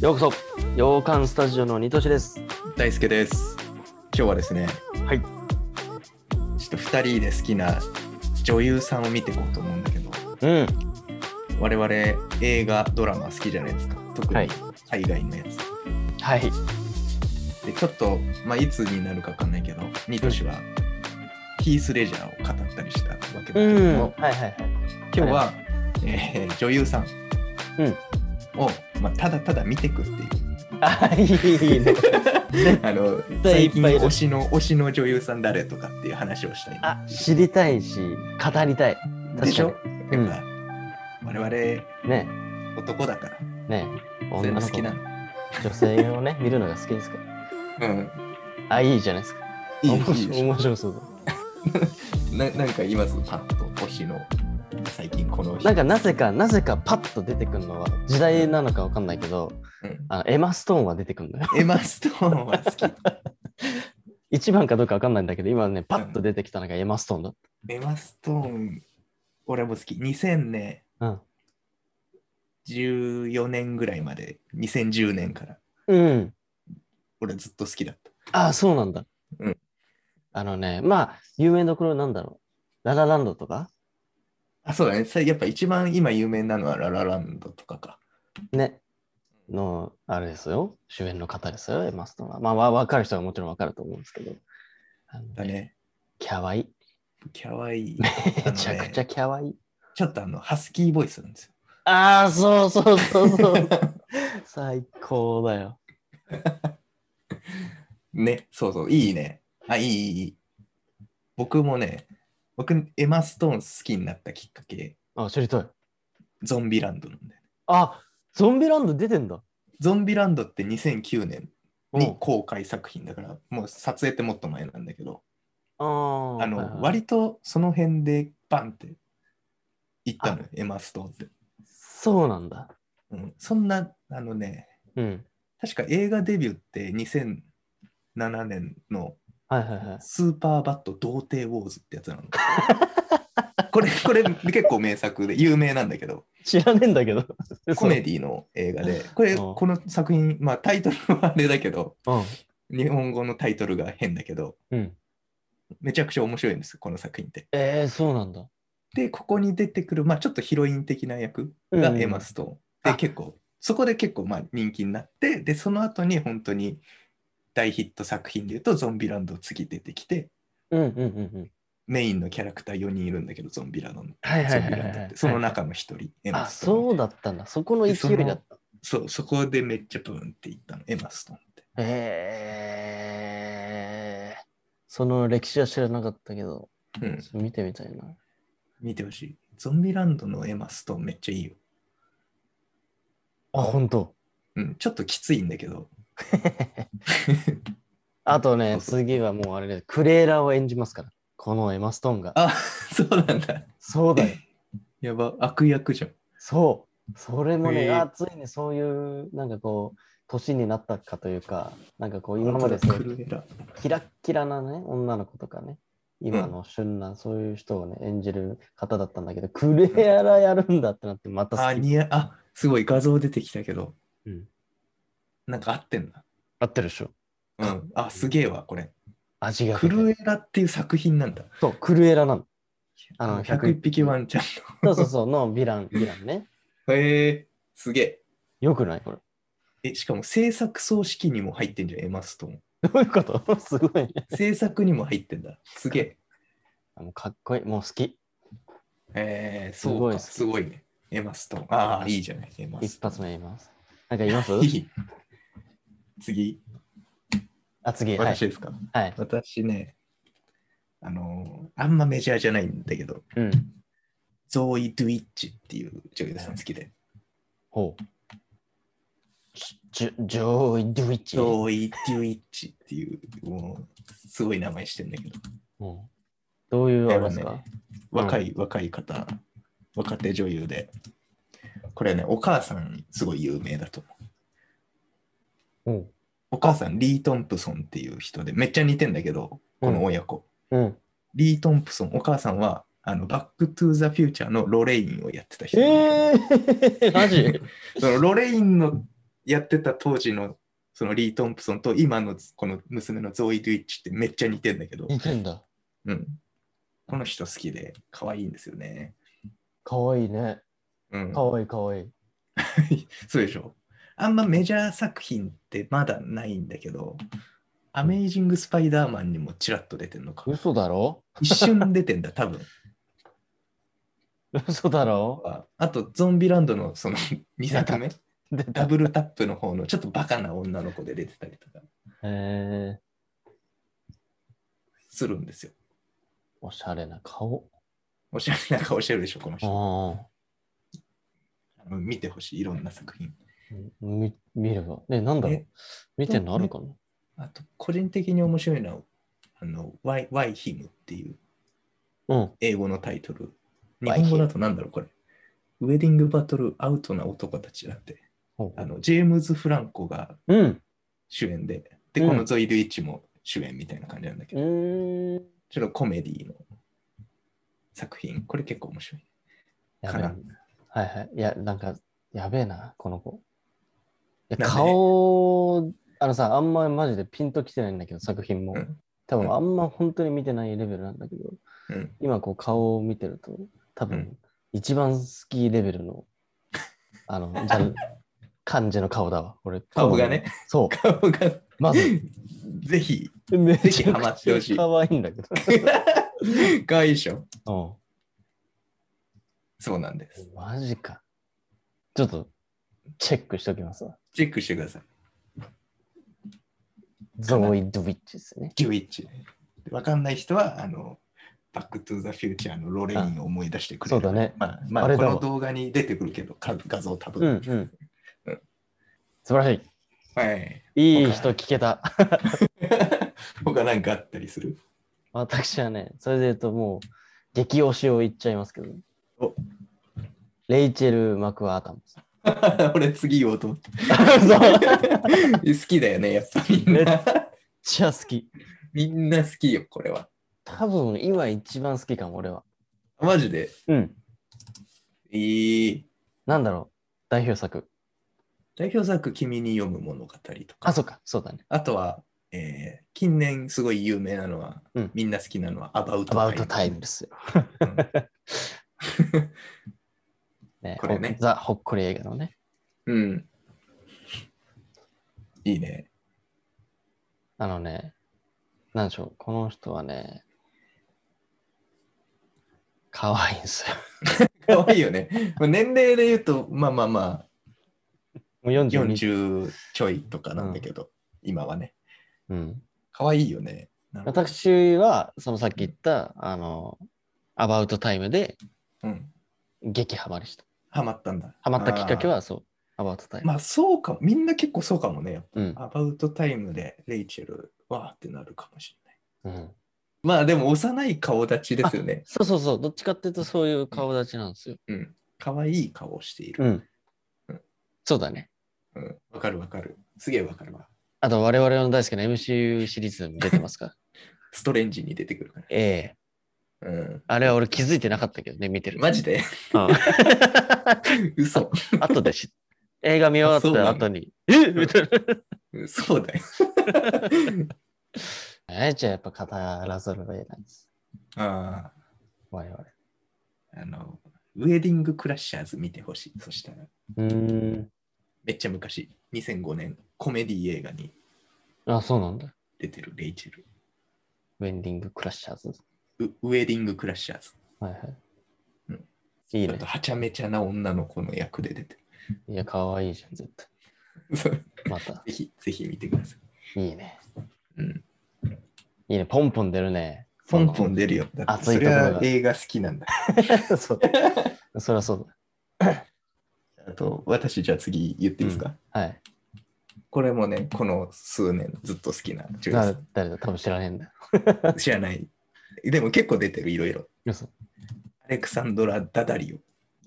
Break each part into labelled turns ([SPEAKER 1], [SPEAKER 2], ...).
[SPEAKER 1] ようこそ洋館スタジオのニトシです
[SPEAKER 2] 大輔です今日はですね
[SPEAKER 1] はい
[SPEAKER 2] ちょっと2人で好きな女優さんを見ていこうと思うんだけど
[SPEAKER 1] うん
[SPEAKER 2] 我々映画ドラマ好きじゃないですか特
[SPEAKER 1] は
[SPEAKER 2] に
[SPEAKER 1] い
[SPEAKER 2] 海外のやつ、
[SPEAKER 1] はい
[SPEAKER 2] でちょっと、まあ、いつになるかわかんないけどニトシはヒース・レジャーを語ったりしたわけだけれども、
[SPEAKER 1] はいはいはい
[SPEAKER 2] 今日は、えー女優さんを、まあ、ただただ見てくっていう
[SPEAKER 1] あいいね
[SPEAKER 2] あの
[SPEAKER 1] 対い
[SPEAKER 2] 最
[SPEAKER 1] っ
[SPEAKER 2] 近
[SPEAKER 1] ぱいいる
[SPEAKER 2] 推しの推しの女優さん誰とかっていう話をしたい
[SPEAKER 1] あ知りたいし語りたい
[SPEAKER 2] でしょ
[SPEAKER 1] 確か
[SPEAKER 2] や
[SPEAKER 1] に
[SPEAKER 2] っぱ、我
[SPEAKER 1] ね
[SPEAKER 2] 々男だから
[SPEAKER 1] えねえ
[SPEAKER 2] そういうの好きなの
[SPEAKER 1] 女性を ね見るのが好きですから
[SPEAKER 2] うん
[SPEAKER 1] あいいじゃないですか
[SPEAKER 2] いい
[SPEAKER 1] 面
[SPEAKER 2] いい
[SPEAKER 1] 白
[SPEAKER 2] で
[SPEAKER 1] い
[SPEAKER 2] しょ
[SPEAKER 1] 面白そう
[SPEAKER 2] ななんかいますパッと推しの最近この
[SPEAKER 1] だ
[SPEAKER 2] 人
[SPEAKER 1] なんかなぜかなぜかパッと出てくるのは時代なのかわかんないけど
[SPEAKER 2] うん
[SPEAKER 1] あのエマ・ストーンは出てくるのよ
[SPEAKER 2] エマ・ストーンは好き
[SPEAKER 1] 一番かどうかわかんないんだけど今ねパッと出てきたのがエマ・ストーンだっ
[SPEAKER 2] エマ・ストーン俺も好き2000年
[SPEAKER 1] たうん
[SPEAKER 2] 14年ぐらいまで2010年から
[SPEAKER 1] うん。
[SPEAKER 2] 俺ずっと好きだった
[SPEAKER 1] ああ、そうなんだ。
[SPEAKER 2] うん
[SPEAKER 1] あのね、まあ、有名どころなんだろう。ララランドとか
[SPEAKER 2] あそうだねさやっぱ一番今有名なのはララランドとかか
[SPEAKER 1] ね。の、あれですよ。主演の方ですよ、エマストーンは。まあ、わわかる人はもちろんわかると思うんですけど。あの
[SPEAKER 2] だね
[SPEAKER 1] キャワイイ。
[SPEAKER 2] キャワイ イ
[SPEAKER 1] めちゃくちゃキャワイイ。
[SPEAKER 2] ちょっとあのハスキーボイスなんですよ
[SPEAKER 1] ああ、そうそうそう そう。最高だよ。
[SPEAKER 2] ね、そうそう、いいね。あ、いい、いいいい。僕もね、僕、エマ・ストーン好きになったきっかけ、
[SPEAKER 1] あ、知りたい。
[SPEAKER 2] ゾンビランドなんだよね。
[SPEAKER 1] あ、ゾンビランド出てんだ。
[SPEAKER 2] ゾンビランドって2009年
[SPEAKER 1] うん
[SPEAKER 2] に公開作品だから、もう撮影ってもっと前なんだけど、
[SPEAKER 1] あ
[SPEAKER 2] あの、割とその辺でバンって行ったのよ、エマ・ストーンって。
[SPEAKER 1] り。そうなんだ。
[SPEAKER 2] うん、そんな、あのね、
[SPEAKER 1] うん。
[SPEAKER 2] 確か映画デビューって2007年の
[SPEAKER 1] はいはいはい。
[SPEAKER 2] スーパーバット童貞ウォーズってやつなの。これ、これ結構名作で有名なんだけど、
[SPEAKER 1] 知らねえんだけど。
[SPEAKER 2] コ メディの映画で、これ、
[SPEAKER 1] うん
[SPEAKER 2] この作品、まあタイトルはあれだけど、
[SPEAKER 1] うん。
[SPEAKER 2] 日本語のタイトルが変だけど、
[SPEAKER 1] うん、
[SPEAKER 2] めちゃくちゃ面白いんですよ、この作品って。
[SPEAKER 1] えー、そうなんだ。
[SPEAKER 2] で、ここに出てくる、まあちょっとヒロイン的な役が
[SPEAKER 1] うん
[SPEAKER 2] エマ・ストーン。
[SPEAKER 1] あ
[SPEAKER 2] で、結構、そこで結構まあ人気になって、で、その後に本当に大ヒット作品で言うと、ゾンビランド次出てきて、
[SPEAKER 1] うんうんうんうん。
[SPEAKER 2] メインのキャラクター4人いるんだけど、ゾンビランドの。
[SPEAKER 1] はい
[SPEAKER 2] ゾンビランドってその中の一人、エ
[SPEAKER 1] あ、
[SPEAKER 2] マ・ストーン
[SPEAKER 1] そうだったんだ。そこの勢いだった。
[SPEAKER 2] そう、そこでめっちゃブーンっていったの、エマ・ストーンって。
[SPEAKER 1] えー、その歴史は知らなかったけど、
[SPEAKER 2] うん
[SPEAKER 1] ちょっ、と見てみたいな。
[SPEAKER 2] 見てほしい。ゾンビランドのエマ・ストーンめっちゃいいよ。
[SPEAKER 1] あ、本当。
[SPEAKER 2] うん、ちょっときついんだけど。
[SPEAKER 1] あとね、次はもうあれで、クレーラーを演じますから。このエマストーンが。
[SPEAKER 2] あ、そうなんだ。
[SPEAKER 1] そう だよ。
[SPEAKER 2] やば、悪役じゃん。
[SPEAKER 1] そう。それもね、
[SPEAKER 2] へー
[SPEAKER 1] あついにそういう、なんかこう、年になったかというか、なんかこう、今
[SPEAKER 2] 本
[SPEAKER 1] ま
[SPEAKER 2] 当
[SPEAKER 1] で
[SPEAKER 2] だ
[SPEAKER 1] そういう
[SPEAKER 2] クルエラ。
[SPEAKER 1] キラッキラなね、女の子とかね、今の旬な、そういう人をね、演じる方だったんだけど、クレアラやるんだってなって、また
[SPEAKER 2] あ、
[SPEAKER 1] 好き。
[SPEAKER 2] 似合あ、すごい画像出てきたけど、
[SPEAKER 1] うん
[SPEAKER 2] なんか合ってんな。
[SPEAKER 1] 合ってるでしょ。
[SPEAKER 2] うん、あ、すげえわ、これ。
[SPEAKER 1] 味が出
[SPEAKER 2] ク
[SPEAKER 1] てる。
[SPEAKER 2] ルエラっていう作品なんだ。
[SPEAKER 1] そう、クルエラなの。あ
[SPEAKER 2] あ
[SPEAKER 1] の
[SPEAKER 2] の、101匹ワンちゃん
[SPEAKER 1] そうそうそう、のヴィラン、ヴィランね。
[SPEAKER 2] の。へえ、すげえ。
[SPEAKER 1] よくないこれ。
[SPEAKER 2] え、しかも制作総指揮にも入ってんじゃん、エマ・ス トーン。
[SPEAKER 1] どういうことすごいね。
[SPEAKER 2] 制作にも入ってんだ。すげえ。
[SPEAKER 1] あもうかっこいい。もう好き。
[SPEAKER 2] えー、そうか、
[SPEAKER 1] す
[SPEAKER 2] すごいね。エマ・ストーン。ああ、いいじゃない、エマ・ス
[SPEAKER 1] 一
[SPEAKER 2] ト
[SPEAKER 1] 発目言います。なんか言います
[SPEAKER 2] ーン。いい。次、
[SPEAKER 1] あ、次。はい。
[SPEAKER 2] 私ですか、
[SPEAKER 1] はい。
[SPEAKER 2] 私ね、あのーあんまメジャーじゃないんだけど、
[SPEAKER 1] うん。
[SPEAKER 2] ゾーイ・ドゥイッチっていう女優さん好きで。
[SPEAKER 1] ほう。ジョ、ジョーイ・ドゥイッチ。
[SPEAKER 2] ゾーイ・ドゥイッチっていう、もう、すごい名前してんだけど、
[SPEAKER 1] うんどういうあれです
[SPEAKER 2] これ
[SPEAKER 1] か
[SPEAKER 2] は若い、若い方、若手女優で、これね、お母さん、すごい有名だと思う。
[SPEAKER 1] ほう
[SPEAKER 2] お母さん、リー・トンプソンっていう人で、めっちゃ似てんだけど、この親子。
[SPEAKER 1] うん。
[SPEAKER 2] リー・トンプソン、お母さんは、あの、バック・トゥ・ザ・フューチャーのロレインをやってた人。
[SPEAKER 1] えー、マジ
[SPEAKER 2] そのロレインのやってた当時のそのリー・トンプソンと今のこの娘のゾーイ・ドゥイッチってめっちゃ似てんだけど、
[SPEAKER 1] いてんだ。
[SPEAKER 2] うん、この人好きで可愛いんですよね。
[SPEAKER 1] かわいいね。
[SPEAKER 2] うん、
[SPEAKER 1] かわいいかわいい。
[SPEAKER 2] そうでしょあんまメジャー作品ってまだないんだけど、アメイジング・スパイダーマンにもちらっと出てんのか。
[SPEAKER 1] 嘘だろ
[SPEAKER 2] 一瞬出てんだ、多分。
[SPEAKER 1] 嘘だろ
[SPEAKER 2] ああと、ゾンビランドのその2作目、
[SPEAKER 1] 出
[SPEAKER 2] ダ
[SPEAKER 1] た。
[SPEAKER 2] ブルタップの方のちょっとバカな女の子で出てたりとか
[SPEAKER 1] えー、
[SPEAKER 2] するんですよ。
[SPEAKER 1] おしゃれな顔。
[SPEAKER 2] おしゃれな顔してるでしょ、この人。
[SPEAKER 1] あ
[SPEAKER 2] あの見てほしい、いろんな作品。
[SPEAKER 1] あ。み見れば。ね、なんだろう
[SPEAKER 2] ね
[SPEAKER 1] 見てんのあるかな
[SPEAKER 2] あと、個人的に面白いのは、あの、Why, Why Him っていう
[SPEAKER 1] うん。
[SPEAKER 2] 英語のタイトル。日
[SPEAKER 1] Why
[SPEAKER 2] 本語だとなんだろう、これ。ウェディングバトルアウトな男たちだって。
[SPEAKER 1] ほ
[SPEAKER 2] あの、ジェームズ・フランコが
[SPEAKER 1] ううん。
[SPEAKER 2] 主演で、で、
[SPEAKER 1] うん
[SPEAKER 2] このゾイ・ルイッチも主演みたいな感じなんだけ
[SPEAKER 1] う
[SPEAKER 2] ど、
[SPEAKER 1] ーん。
[SPEAKER 2] ちょっとコメディの作品。これ結構面白い。
[SPEAKER 1] や
[SPEAKER 2] か
[SPEAKER 1] べえ
[SPEAKER 2] な。
[SPEAKER 1] はいはい。いや、なんか、やべえな、この子。いや、
[SPEAKER 2] なんで
[SPEAKER 1] 顔、あのさ、あんまマジでピンときてないんだけど、作品も
[SPEAKER 2] うん。
[SPEAKER 1] 多
[SPEAKER 2] うん
[SPEAKER 1] 分あんま本当に見てないレベルなんだけど、
[SPEAKER 2] うん。
[SPEAKER 1] 今こう顔を見てると、多
[SPEAKER 2] う
[SPEAKER 1] 分
[SPEAKER 2] ん
[SPEAKER 1] 一番好きレベル の、あの、じゃ感じの顔だわ、俺。
[SPEAKER 2] 顔がね。
[SPEAKER 1] そう、
[SPEAKER 2] 顔が、
[SPEAKER 1] まず、
[SPEAKER 2] ぜひ、
[SPEAKER 1] め
[SPEAKER 2] ぜ
[SPEAKER 1] ち
[SPEAKER 2] ひ
[SPEAKER 1] ゃ
[SPEAKER 2] ハマ
[SPEAKER 1] く
[SPEAKER 2] ってほし
[SPEAKER 1] ち
[SPEAKER 2] い
[SPEAKER 1] ゃ可愛いんだけど。
[SPEAKER 2] 可愛いでしょ。
[SPEAKER 1] うん
[SPEAKER 2] そうなんです。
[SPEAKER 1] マジか。ちょっと、チェックしておきますわ。
[SPEAKER 2] チェックしてください。
[SPEAKER 1] ゾーイ・ドゥビッチですね。
[SPEAKER 2] デュイッチ。わかんない人は、あの、バックトゥザフューチャーのロレインを思い出してくれる。
[SPEAKER 1] あそうだね
[SPEAKER 2] まあ、まあ、
[SPEAKER 1] あれ
[SPEAKER 2] こ
[SPEAKER 1] だわ
[SPEAKER 2] の動画に出てくるけど、か画像多
[SPEAKER 1] うん
[SPEAKER 2] 分。
[SPEAKER 1] うん
[SPEAKER 2] うん。
[SPEAKER 1] 素晴らし
[SPEAKER 2] はい。
[SPEAKER 1] い。いい人聞けた。
[SPEAKER 2] 他なんかあったりする
[SPEAKER 1] 私はね、それで言うともう、激推しを言っちゃいますけど
[SPEAKER 2] お。
[SPEAKER 1] レイチェル・マクワータムさん。
[SPEAKER 2] 俺次言おうと 思って。
[SPEAKER 1] そうめっ
[SPEAKER 2] 好きだよね、やっぱみんな。
[SPEAKER 1] ちゃ好き。
[SPEAKER 2] みんな好きよ、これは。
[SPEAKER 1] 多分今一番好きかも、俺は。
[SPEAKER 2] マジで。
[SPEAKER 1] うん。
[SPEAKER 2] いい。
[SPEAKER 1] なんだろう。代表作。
[SPEAKER 2] 代表作、君に読む物語とか。
[SPEAKER 1] あ、そうか。そうだね。
[SPEAKER 2] あとは、えー近年すごい有名なのは、
[SPEAKER 1] うん
[SPEAKER 2] みんな好きなのは、アバウ
[SPEAKER 1] ア
[SPEAKER 2] ト
[SPEAKER 1] バ
[SPEAKER 2] タイム。
[SPEAKER 1] ウトタイムですよ。ね
[SPEAKER 2] これね
[SPEAKER 1] ほザ・ほっこり映画のね。
[SPEAKER 2] うん。うんいいね。
[SPEAKER 1] あのね、なんでしょう、この人はね、可愛いんですよ。
[SPEAKER 2] かわいいよね。 まあ年齢で言うと、まあまあまあ、
[SPEAKER 1] もう42。
[SPEAKER 2] 40ちょいとかなんだけど、今はね。
[SPEAKER 1] うん、
[SPEAKER 2] かわいいよね。なんか
[SPEAKER 1] 私は、そのさっき言った、あの、アバウトタイムで
[SPEAKER 2] うん。
[SPEAKER 1] 激ハマりした。
[SPEAKER 2] ハマったんだ。
[SPEAKER 1] ハマったきっかけ
[SPEAKER 2] は
[SPEAKER 1] は、そう、アバウトタイム。
[SPEAKER 2] まあそうかも、みんな結構そうかもね。やっ
[SPEAKER 1] うん
[SPEAKER 2] ぱアバウトタイムでレイチェル、わーってなるかもしれない。
[SPEAKER 1] うん、
[SPEAKER 2] まあでも幼い顔立ちですよね。
[SPEAKER 1] そうそうそう、どっちかっていうとそういう顔立ちなんですよ。
[SPEAKER 2] うん。かわいい顔をしている。
[SPEAKER 1] うん
[SPEAKER 2] うん。
[SPEAKER 1] そうだね。
[SPEAKER 2] うん。わ、かるわかる。すげえわかるわ。
[SPEAKER 1] あと、我々の大好きな MCU シリーズも出てます から。
[SPEAKER 2] ストレンジに出てくるから。
[SPEAKER 1] ええ
[SPEAKER 2] うん。
[SPEAKER 1] あれは俺気づいてなかったけどね、見てる。
[SPEAKER 2] マジで
[SPEAKER 1] うん
[SPEAKER 2] 嘘。
[SPEAKER 1] 後で知っ映画見終わった後に、えみたい
[SPEAKER 2] そうだよ。
[SPEAKER 1] な。あいちゃんやっぱ語らざるを得ないです。
[SPEAKER 2] あ
[SPEAKER 1] 我々。
[SPEAKER 2] あ。あの、ウェディングクラッシャーズ見てほしい。そしたら、
[SPEAKER 1] うーん。
[SPEAKER 2] めっちゃ昔、2005年、コメディ映画に
[SPEAKER 1] あ、そうなんだ。
[SPEAKER 2] 出てるレイチェル。
[SPEAKER 1] ウェンディングクラッシャーズ。
[SPEAKER 2] ウウェディングクラッシャーズ。
[SPEAKER 1] はいはい。
[SPEAKER 2] うん
[SPEAKER 1] いい
[SPEAKER 2] ちょっ
[SPEAKER 1] ね
[SPEAKER 2] と。はちゃめちゃな女の子の役で出て
[SPEAKER 1] いや、かわいいじゃん、絶対。
[SPEAKER 2] る。 そうぜ
[SPEAKER 1] また。
[SPEAKER 2] ひ、ぜひ見てください。
[SPEAKER 1] いいね。
[SPEAKER 2] うん。
[SPEAKER 1] いいね。ポンポン出るね。
[SPEAKER 2] ポンポ
[SPEAKER 1] ン。
[SPEAKER 2] ン出るよ。だって
[SPEAKER 1] 熱
[SPEAKER 2] そ
[SPEAKER 1] いと
[SPEAKER 2] れ
[SPEAKER 1] ころが
[SPEAKER 2] は映画好きなんだ。
[SPEAKER 1] そう。そりゃそう
[SPEAKER 2] あと、私、じゃあ次言っていいですか、
[SPEAKER 1] だ。はい。
[SPEAKER 2] これもね、この数年ずっと好きな女優
[SPEAKER 1] 誰誰だ多分知らねえんだ。
[SPEAKER 2] さん知らない。でも結構出てる、いろいろ。
[SPEAKER 1] 嘘
[SPEAKER 2] アレクサンドラ・ダダリ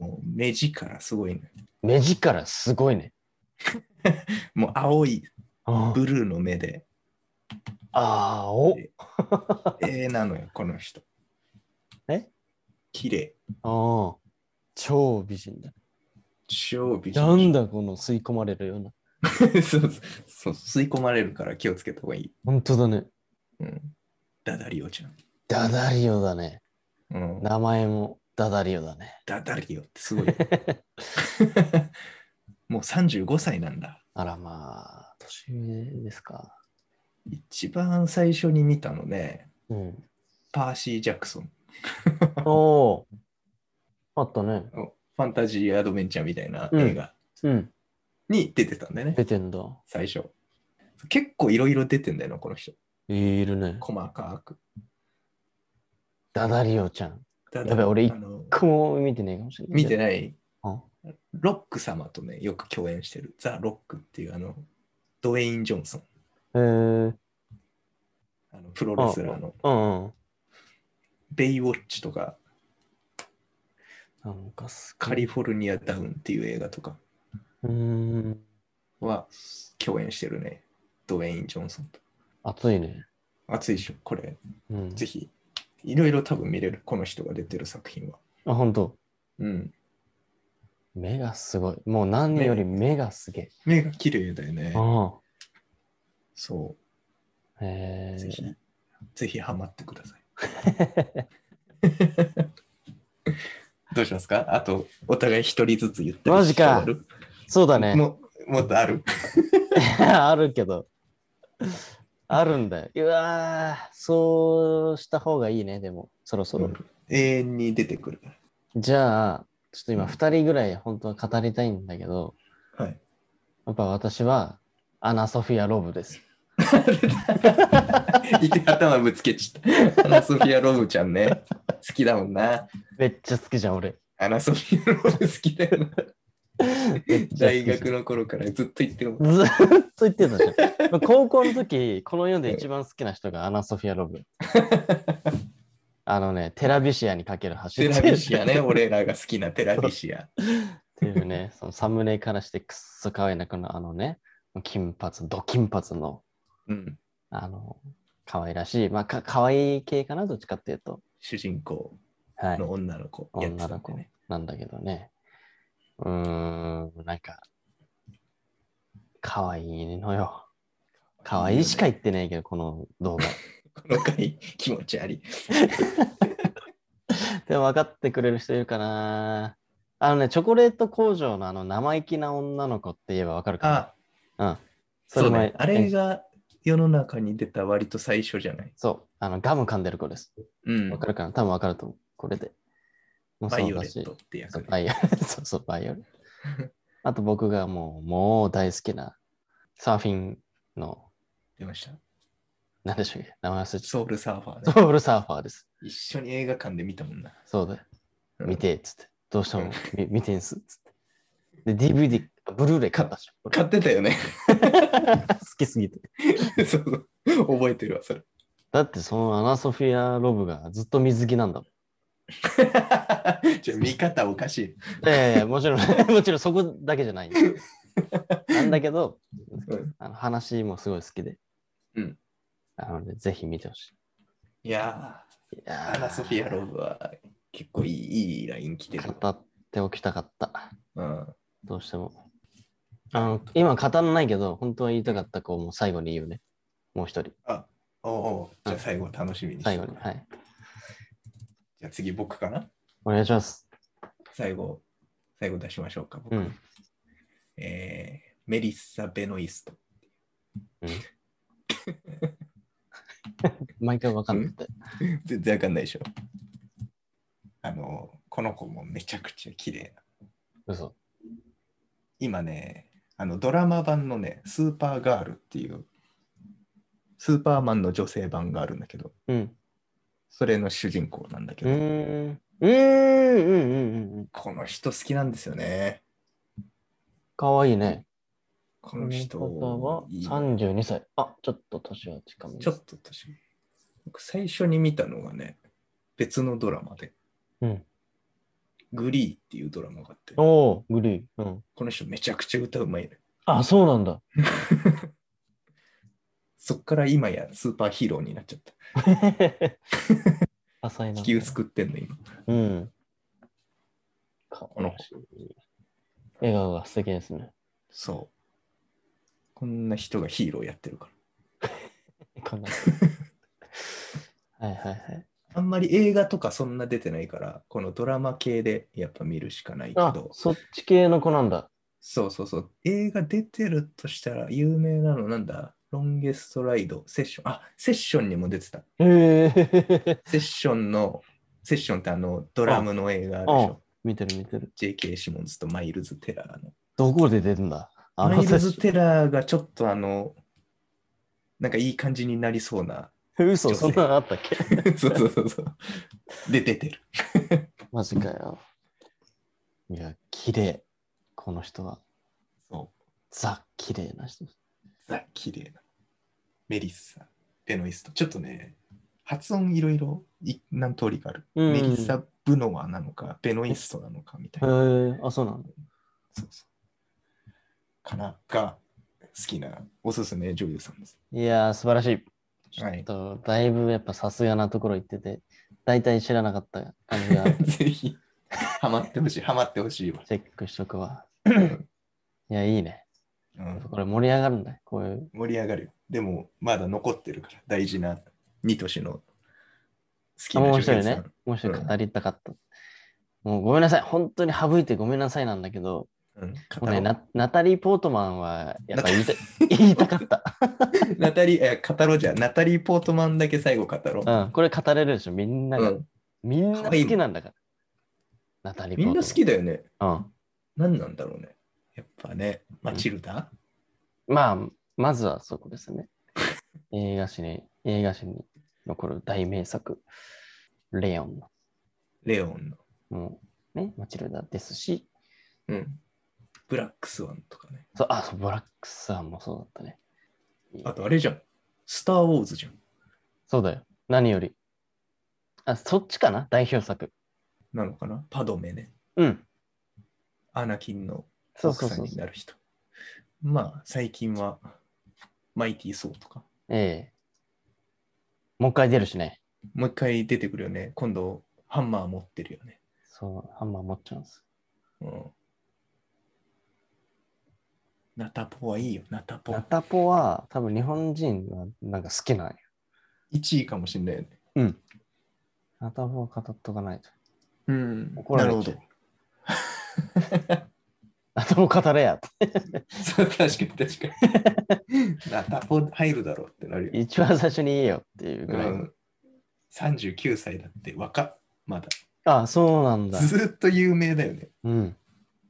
[SPEAKER 2] オ。もう目力すごいね。
[SPEAKER 1] 目力すごいね。
[SPEAKER 2] もう青い
[SPEAKER 1] あ
[SPEAKER 2] ブルーの目で、
[SPEAKER 1] あー、お。
[SPEAKER 2] ええなのよ、この人。
[SPEAKER 1] え
[SPEAKER 2] 綺麗。
[SPEAKER 1] ああ、超美人だ。
[SPEAKER 2] 超美人。
[SPEAKER 1] なんだこの吸い込まれるような。
[SPEAKER 2] そうそう、吸い込まれるから気をつけた方がいい。
[SPEAKER 1] 本当だね。
[SPEAKER 2] うん。ダダリオちゃん。
[SPEAKER 1] ダダリオだね。
[SPEAKER 2] うん、
[SPEAKER 1] 名前もダダリオだね。
[SPEAKER 2] ダダリオってすご いよ。もう35歳なんだ。
[SPEAKER 1] あらまあ、年上ですか。
[SPEAKER 2] 一番最初に見たのね、
[SPEAKER 1] うん。
[SPEAKER 2] パーシー・ジャクソン。
[SPEAKER 1] おお。あったね。
[SPEAKER 2] ファンタジー・アドベンチャーみたいな映画
[SPEAKER 1] うん。
[SPEAKER 2] に出てたんだよね、
[SPEAKER 1] 出てんだ。
[SPEAKER 2] 最初。結構いろいろ出てんだよな、この人。
[SPEAKER 1] いるね。
[SPEAKER 2] 細かく。
[SPEAKER 1] ダダリオちゃん。
[SPEAKER 2] た
[SPEAKER 1] やべ俺一
[SPEAKER 2] あの
[SPEAKER 1] こう見てねえかもしれない。
[SPEAKER 2] 見てない
[SPEAKER 1] あ。
[SPEAKER 2] ロック様とね、よく共演してる。ザ・ロックっていうあの、ドウェイン・ジョンソン。
[SPEAKER 1] えー、
[SPEAKER 2] あのプロレスラーの。
[SPEAKER 1] うんうん。
[SPEAKER 2] ベイウォッチとか、
[SPEAKER 1] なんかす
[SPEAKER 2] カ
[SPEAKER 1] り。
[SPEAKER 2] リフォルニア・ダウンっていう映画とか
[SPEAKER 1] うーん。
[SPEAKER 2] は共演してるね。ドウェイン・ジョンソンと。
[SPEAKER 1] 暑いね。
[SPEAKER 2] 熱いでしょ、これ。
[SPEAKER 1] うん。
[SPEAKER 2] ぜひ。いろいろ多分見れる、この人が出てる作品は。
[SPEAKER 1] あ、本当。
[SPEAKER 2] うん。
[SPEAKER 1] 目がすごい。もう何より目がすげえ。
[SPEAKER 2] 目が綺麗だよね。
[SPEAKER 1] あ
[SPEAKER 2] そ
[SPEAKER 1] あ。へ
[SPEAKER 2] う。
[SPEAKER 1] え
[SPEAKER 2] ぜひ、ぜひハマってください。 どうしますかあと、お互い一人ずつ言って
[SPEAKER 1] マジかそうだね。
[SPEAKER 2] ももっとある
[SPEAKER 1] あるけど。あるんだよ。うわーそうした方がいいね、でも、そろそろ。
[SPEAKER 2] 永遠に出てくるか
[SPEAKER 1] じゃあ、ちょっと今2人ぐらい本当は語りたいんだけど、
[SPEAKER 2] ら。はい。
[SPEAKER 1] やっぱ私はアナ・ソフィア・ロブです。
[SPEAKER 2] いて頭ぶつけちゃった。アナソフィア・ロブちゃんね。好きだもんな。
[SPEAKER 1] めっちゃ好きじゃん、俺。
[SPEAKER 2] アナソフィア・ロブ好きだよな。
[SPEAKER 1] めっちゃ好き
[SPEAKER 2] 大学の頃からずっと言ってるもん。
[SPEAKER 1] ずーっと言ってたじ ゃん。まあ高校の時、この世で一番好きな人がアナ・ソフィア・ ロブ。あのね、テラビシアにかける橋
[SPEAKER 2] テラビシア ね、俺らが好きなテラビシア。
[SPEAKER 1] っていうね、そのサムネからしてくっそ可愛いな、このあのね、金髪、ド金髪の、
[SPEAKER 2] うん、
[SPEAKER 1] あの、可愛らしい、まあ、か可愛い系かな、どっちかっていうと。
[SPEAKER 2] 主人公
[SPEAKER 1] はい。
[SPEAKER 2] の女の子やって
[SPEAKER 1] 女
[SPEAKER 2] た
[SPEAKER 1] の
[SPEAKER 2] んで
[SPEAKER 1] 子
[SPEAKER 2] ね。
[SPEAKER 1] なんだけどね。うーん、なんか、可愛いのよ。可愛いしか言ってないけど、この動画。
[SPEAKER 2] この回気持ち悪い。
[SPEAKER 1] でも分かってくれる人いるかなあのね、チョコレート工場のあの生意気な女の子って言えば分かるか
[SPEAKER 2] あ、
[SPEAKER 1] なうん。そ
[SPEAKER 2] そ
[SPEAKER 1] れ
[SPEAKER 2] う
[SPEAKER 1] も
[SPEAKER 2] ね。あれが世の中に出た割と最初じゃない。
[SPEAKER 1] そう、あのガム噛んでる子です。
[SPEAKER 2] うん
[SPEAKER 1] わ。かるかな多分わかると思う。これで。もう
[SPEAKER 2] バ
[SPEAKER 1] そ
[SPEAKER 2] イ
[SPEAKER 1] う
[SPEAKER 2] オ
[SPEAKER 1] だ
[SPEAKER 2] レ
[SPEAKER 1] し
[SPEAKER 2] ットって
[SPEAKER 1] そ
[SPEAKER 2] 役
[SPEAKER 1] う
[SPEAKER 2] ね。
[SPEAKER 1] バイオレット。 そうそう、バ イオレット。あと僕がもう、もう大好きなサーフィンの、
[SPEAKER 2] 出ました。
[SPEAKER 1] 何でしたっけ名前忘れちゃっ
[SPEAKER 2] ソウルサーファー
[SPEAKER 1] た
[SPEAKER 2] ね。
[SPEAKER 1] ソウルサーファーです。
[SPEAKER 2] 一緒に映画館で見たもんな。
[SPEAKER 1] そうだよ。
[SPEAKER 2] うん
[SPEAKER 1] 見て、っつって。どうしてもみ見てんす、つって。で、DVD、ブルーレイ買ったでしょ。俺
[SPEAKER 2] 買ってたよね。
[SPEAKER 1] 好きすぎて。
[SPEAKER 2] そうそう覚えてるわ、それ。
[SPEAKER 1] だってそのアナソフィア・ロブがずっと水着なんだもん。
[SPEAKER 2] じゃあ見方おかしい。
[SPEAKER 1] ええもちろん、 もちろんそこだけじゃない。なんだけど、
[SPEAKER 2] うん
[SPEAKER 1] あの話もすごい好きで。
[SPEAKER 2] うん
[SPEAKER 1] なので、ぜひ見てほし
[SPEAKER 2] いや
[SPEAKER 1] い。いや
[SPEAKER 2] ー、
[SPEAKER 1] ー
[SPEAKER 2] アナ・ソフィア・ロブは結構いいいいライン来てる。
[SPEAKER 1] 語っておきたかった。
[SPEAKER 2] うん、
[SPEAKER 1] どうしても。あの今語らないけど、本当は言いたかった子をもう最後に言うね。もう一人。
[SPEAKER 2] おおうじゃあ最後楽しみにし
[SPEAKER 1] 最
[SPEAKER 2] て
[SPEAKER 1] 後に。はい。
[SPEAKER 2] じゃあ次僕かな
[SPEAKER 1] お願いします。
[SPEAKER 2] 最後、最後出しましょうか、僕。
[SPEAKER 1] うん。
[SPEAKER 2] えーメリッサ・ベノイスト。
[SPEAKER 1] 毎回わかんなくて。
[SPEAKER 2] 全然わかんないでしょ。あの、この子もめちゃくちゃ綺麗な。
[SPEAKER 1] 嘘。
[SPEAKER 2] 今ね、あのドラマ版のね、スーパーガールっていう、スーパーマンの女性版があるんだけど、
[SPEAKER 1] うん。
[SPEAKER 2] それの主人公なんだけ
[SPEAKER 1] う
[SPEAKER 2] ど、
[SPEAKER 1] ーん。うーん。うん。うん。うん。
[SPEAKER 2] この人好きなんですよね。
[SPEAKER 1] かわいいね。
[SPEAKER 2] この人
[SPEAKER 1] この方はい
[SPEAKER 2] い
[SPEAKER 1] 32歳。あ、ちょっと年は近めです。
[SPEAKER 2] ちょっと私、僕最初に見たのがね、別のドラマで、
[SPEAKER 1] うん
[SPEAKER 2] グリーっていうドラマがあって、こ
[SPEAKER 1] おお、グリー。うん。
[SPEAKER 2] の人めちゃくちゃ歌うまいね。
[SPEAKER 1] あ、そうなんだ。
[SPEAKER 2] そっから今やスーパーヒーローになっちゃった。
[SPEAKER 1] 浅いな。
[SPEAKER 2] 地球救ってんの今。
[SPEAKER 1] うん。か
[SPEAKER 2] この
[SPEAKER 1] 笑顔が素敵ですね。
[SPEAKER 2] そこんな人がヒーローやってるから。
[SPEAKER 1] こん なはいはいはい。
[SPEAKER 2] あんまり映画とかそんな出てないから、このドラマ系でやっぱ見るしかないけ
[SPEAKER 1] あ
[SPEAKER 2] ど、、
[SPEAKER 1] そっち系の子なんだ。
[SPEAKER 2] そうそうそう、映画出てるとしたら有名なのなんだロンゲストライド、セッション。あ、セッションにも出てた。
[SPEAKER 1] へえ。
[SPEAKER 2] セッションの、セッションってあのドラムの映画あるでしょ。
[SPEAKER 1] 見てる見てる。
[SPEAKER 2] JK シモンズとマイルズ・テラーの。
[SPEAKER 1] どこで出るんだあ
[SPEAKER 2] マ
[SPEAKER 1] の
[SPEAKER 2] イル
[SPEAKER 1] 写
[SPEAKER 2] ズ・
[SPEAKER 1] 真。
[SPEAKER 2] テラーがちょっとあの、なんかいい感じになりそ うな。
[SPEAKER 1] 嘘、
[SPEAKER 2] 女性
[SPEAKER 1] そんなのあったっけ
[SPEAKER 2] そうそうそうそう。で、出てる。
[SPEAKER 1] マジかよ。いや、綺麗。この人は。
[SPEAKER 2] そ
[SPEAKER 1] ザ、綺麗な人。
[SPEAKER 2] う。ザ・綺麗な。メリッサ・ベノイスト。ちょっとね、発音いろいろい何通りがある。
[SPEAKER 1] うん
[SPEAKER 2] メリッサ・ブノワなのか、ベノイストなのかみたい
[SPEAKER 1] へ
[SPEAKER 2] な。
[SPEAKER 1] え、あ、そうなの
[SPEAKER 2] そうそうかなが好きなおすすめ女優さんです。
[SPEAKER 1] いやー、素晴らしい。ちょ
[SPEAKER 2] は
[SPEAKER 1] っ
[SPEAKER 2] い
[SPEAKER 1] と、だいぶやっぱさすがなところ行ってて、大体知らなかった感じ が
[SPEAKER 2] ぜひ、ハマってほしい。ハマってほし いわ。
[SPEAKER 1] チェックしとくわ。
[SPEAKER 2] うん
[SPEAKER 1] いや、いいね。
[SPEAKER 2] うん
[SPEAKER 1] これ盛り上がるんだよ。こういう。
[SPEAKER 2] 盛り上がるよ。でも、まだ残ってるから、大事なニトシの好き
[SPEAKER 1] あ
[SPEAKER 2] な
[SPEAKER 1] 面
[SPEAKER 2] 女優さ
[SPEAKER 1] 白
[SPEAKER 2] ん。
[SPEAKER 1] いね。面白い。
[SPEAKER 2] うん
[SPEAKER 1] 語りたかった。もうごめんなさい。本当に省いてごめんなさいなんだけど、
[SPEAKER 2] うん、
[SPEAKER 1] もう
[SPEAKER 2] 語ろ
[SPEAKER 1] ね、
[SPEAKER 2] う
[SPEAKER 1] ナナタリー・ポートマンはやっぱ言いた 言いたかった。
[SPEAKER 2] ナタリー、え、語ろうじゃんナタリー・ポートマンだけ最後語ろう。
[SPEAKER 1] うん、これ語れるでしょ。みんな
[SPEAKER 2] う
[SPEAKER 1] が、
[SPEAKER 2] ん
[SPEAKER 1] みんな好きなんだから。ナタリー・ポート
[SPEAKER 2] み
[SPEAKER 1] マ
[SPEAKER 2] ん
[SPEAKER 1] ン。
[SPEAKER 2] な好きだよね。
[SPEAKER 1] うん。
[SPEAKER 2] 何なんだろうね。やっぱね、マチルダ、
[SPEAKER 1] まあ、まずはそこです ね。映画史に、映画史に残る大名作、レオンの、
[SPEAKER 2] レオンの、
[SPEAKER 1] もうね、マチルダですし、
[SPEAKER 2] うん、ブラックスワンとかね。
[SPEAKER 1] そうあ、そう、ブラックスさんもそうだったね。
[SPEAKER 2] あとあれじゃん。スター・ウォーズじゃん。
[SPEAKER 1] そうだよ。何より。あ、そっちかな代表作。
[SPEAKER 2] なのかなパドメね。
[SPEAKER 1] うん。
[SPEAKER 2] アナキンの
[SPEAKER 1] そうそ
[SPEAKER 2] 奥
[SPEAKER 1] う
[SPEAKER 2] さ
[SPEAKER 1] そ
[SPEAKER 2] ん
[SPEAKER 1] う
[SPEAKER 2] に。なる人。まあ、最近は、マイティー・ソーとか。
[SPEAKER 1] ええもう一回出るしね。
[SPEAKER 2] もう一回出てくるよね。今度、ハンマー持ってるよね。
[SPEAKER 1] そう、ハンマー持っちゃうんです。
[SPEAKER 2] うん。ナタポはいいよ、ナタポ
[SPEAKER 1] ナ。タポは多分日本人はなんか好きなんよ。
[SPEAKER 2] 1位かもしれないよね。
[SPEAKER 1] ナタポは語っとかないと。
[SPEAKER 2] うん
[SPEAKER 1] 怒
[SPEAKER 2] な
[SPEAKER 1] ら
[SPEAKER 2] る
[SPEAKER 1] れ
[SPEAKER 2] ほ
[SPEAKER 1] ちゃ
[SPEAKER 2] ど
[SPEAKER 1] う。ナタポ語れやと。
[SPEAKER 2] そう 確かに確かに。ナタポ入るだろうってなるよ。
[SPEAKER 1] 一番最初に言えよっていうぐ
[SPEAKER 2] う
[SPEAKER 1] らいの。
[SPEAKER 2] ん、39歳だって若っ、まだ。
[SPEAKER 1] あ、そうなんだ。
[SPEAKER 2] ずーっと有名だよね。
[SPEAKER 1] うん。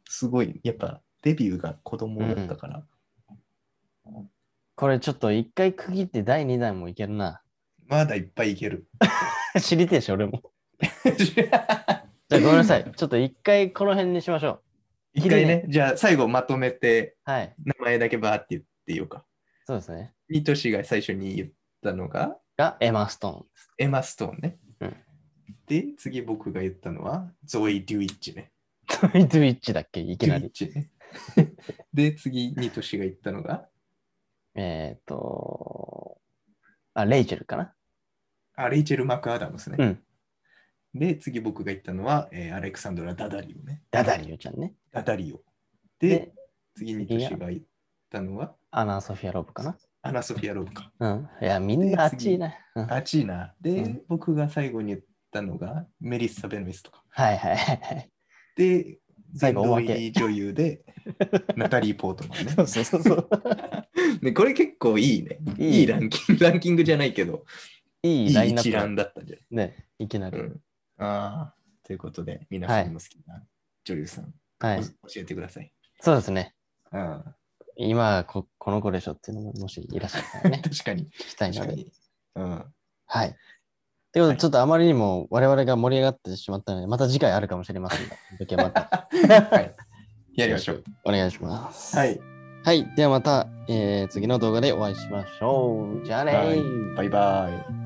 [SPEAKER 2] すごい、やっぱデビューが子供だったから。
[SPEAKER 1] これちょっと一回区切って第2弾もいけるな。
[SPEAKER 2] まだいっぱいいけ る。
[SPEAKER 1] 知りてえし、俺も。じゃあごめんなさ い。ちょっと一回この辺にしましょ
[SPEAKER 2] 一回ね、じゃあ最後まとめて、
[SPEAKER 1] う。はい。
[SPEAKER 2] 名前だけバーって言ってようか。
[SPEAKER 1] そうですね。
[SPEAKER 2] ニトシが最初に言ったのが、
[SPEAKER 1] が、エマ・ストーン。
[SPEAKER 2] エマ・ストーンね。
[SPEAKER 1] うん
[SPEAKER 2] で、次僕が言ったのは、ゾイ・デュイッチね。
[SPEAKER 1] トイドゥイッチだっけいきなり
[SPEAKER 2] デュイッ。チね。 で、次、ニトシが言ったのが、
[SPEAKER 1] えっ、と、あ、レイチェルかな
[SPEAKER 2] あレイチェル・マク・アダムスね。
[SPEAKER 1] うん。
[SPEAKER 2] で、次僕が言ったのは、えーアレクサンドラ・ダダリオね。
[SPEAKER 1] ダダリューちゃんね。
[SPEAKER 2] ダダリオ。で、
[SPEAKER 1] で、
[SPEAKER 2] 次ニトシが言ったのは、
[SPEAKER 1] アナ・ソフィア・ロブかな
[SPEAKER 2] アナ・ソフィア・ロブか。
[SPEAKER 1] うん。いや、みんなあっちいいな。うんは
[SPEAKER 2] あ
[SPEAKER 1] い
[SPEAKER 2] っちいな。で、
[SPEAKER 1] うん
[SPEAKER 2] 僕が最後に言ったのが、メリッサ・ベノイスとか。
[SPEAKER 1] はいはいはい。
[SPEAKER 2] で、
[SPEAKER 1] 最後
[SPEAKER 2] 全
[SPEAKER 1] お
[SPEAKER 2] 道
[SPEAKER 1] まけ
[SPEAKER 2] 入り女 優で、ナタリー・ポートマンね。
[SPEAKER 1] そうそうそうそう。
[SPEAKER 2] ね、これ結構いいね。
[SPEAKER 1] い
[SPEAKER 2] い
[SPEAKER 1] い
[SPEAKER 2] いランキング、ランキングじゃないけど、
[SPEAKER 1] い
[SPEAKER 2] い
[SPEAKER 1] い
[SPEAKER 2] い
[SPEAKER 1] ラインナ
[SPEAKER 2] 一
[SPEAKER 1] ップ
[SPEAKER 2] 覧だったんじゃ
[SPEAKER 1] だ。ね、いきな
[SPEAKER 2] ない、
[SPEAKER 1] り。
[SPEAKER 2] うんああ、ということで、皆さんも好きな女優さん、
[SPEAKER 1] はい
[SPEAKER 2] お。教えてください。
[SPEAKER 1] そうですね。
[SPEAKER 2] うん、
[SPEAKER 1] 今こ、この子でしょっていうのも、もしいらっしゃったら ね、
[SPEAKER 2] 確かに、
[SPEAKER 1] 聞きたい
[SPEAKER 2] 確
[SPEAKER 1] の
[SPEAKER 2] か
[SPEAKER 1] で。
[SPEAKER 2] に。うん、
[SPEAKER 1] はい。ということ
[SPEAKER 2] は
[SPEAKER 1] で、
[SPEAKER 2] い
[SPEAKER 1] ちょっとあまりにも我々が盛り上がってしまったので、また次回あるかもしれませんが、 その時はまた
[SPEAKER 2] はい。やりましょう。
[SPEAKER 1] お願いします。
[SPEAKER 2] はい。
[SPEAKER 1] はい。ではまた、えー次の動画でお会いしましょう。じゃあねー
[SPEAKER 2] はいバイバイ。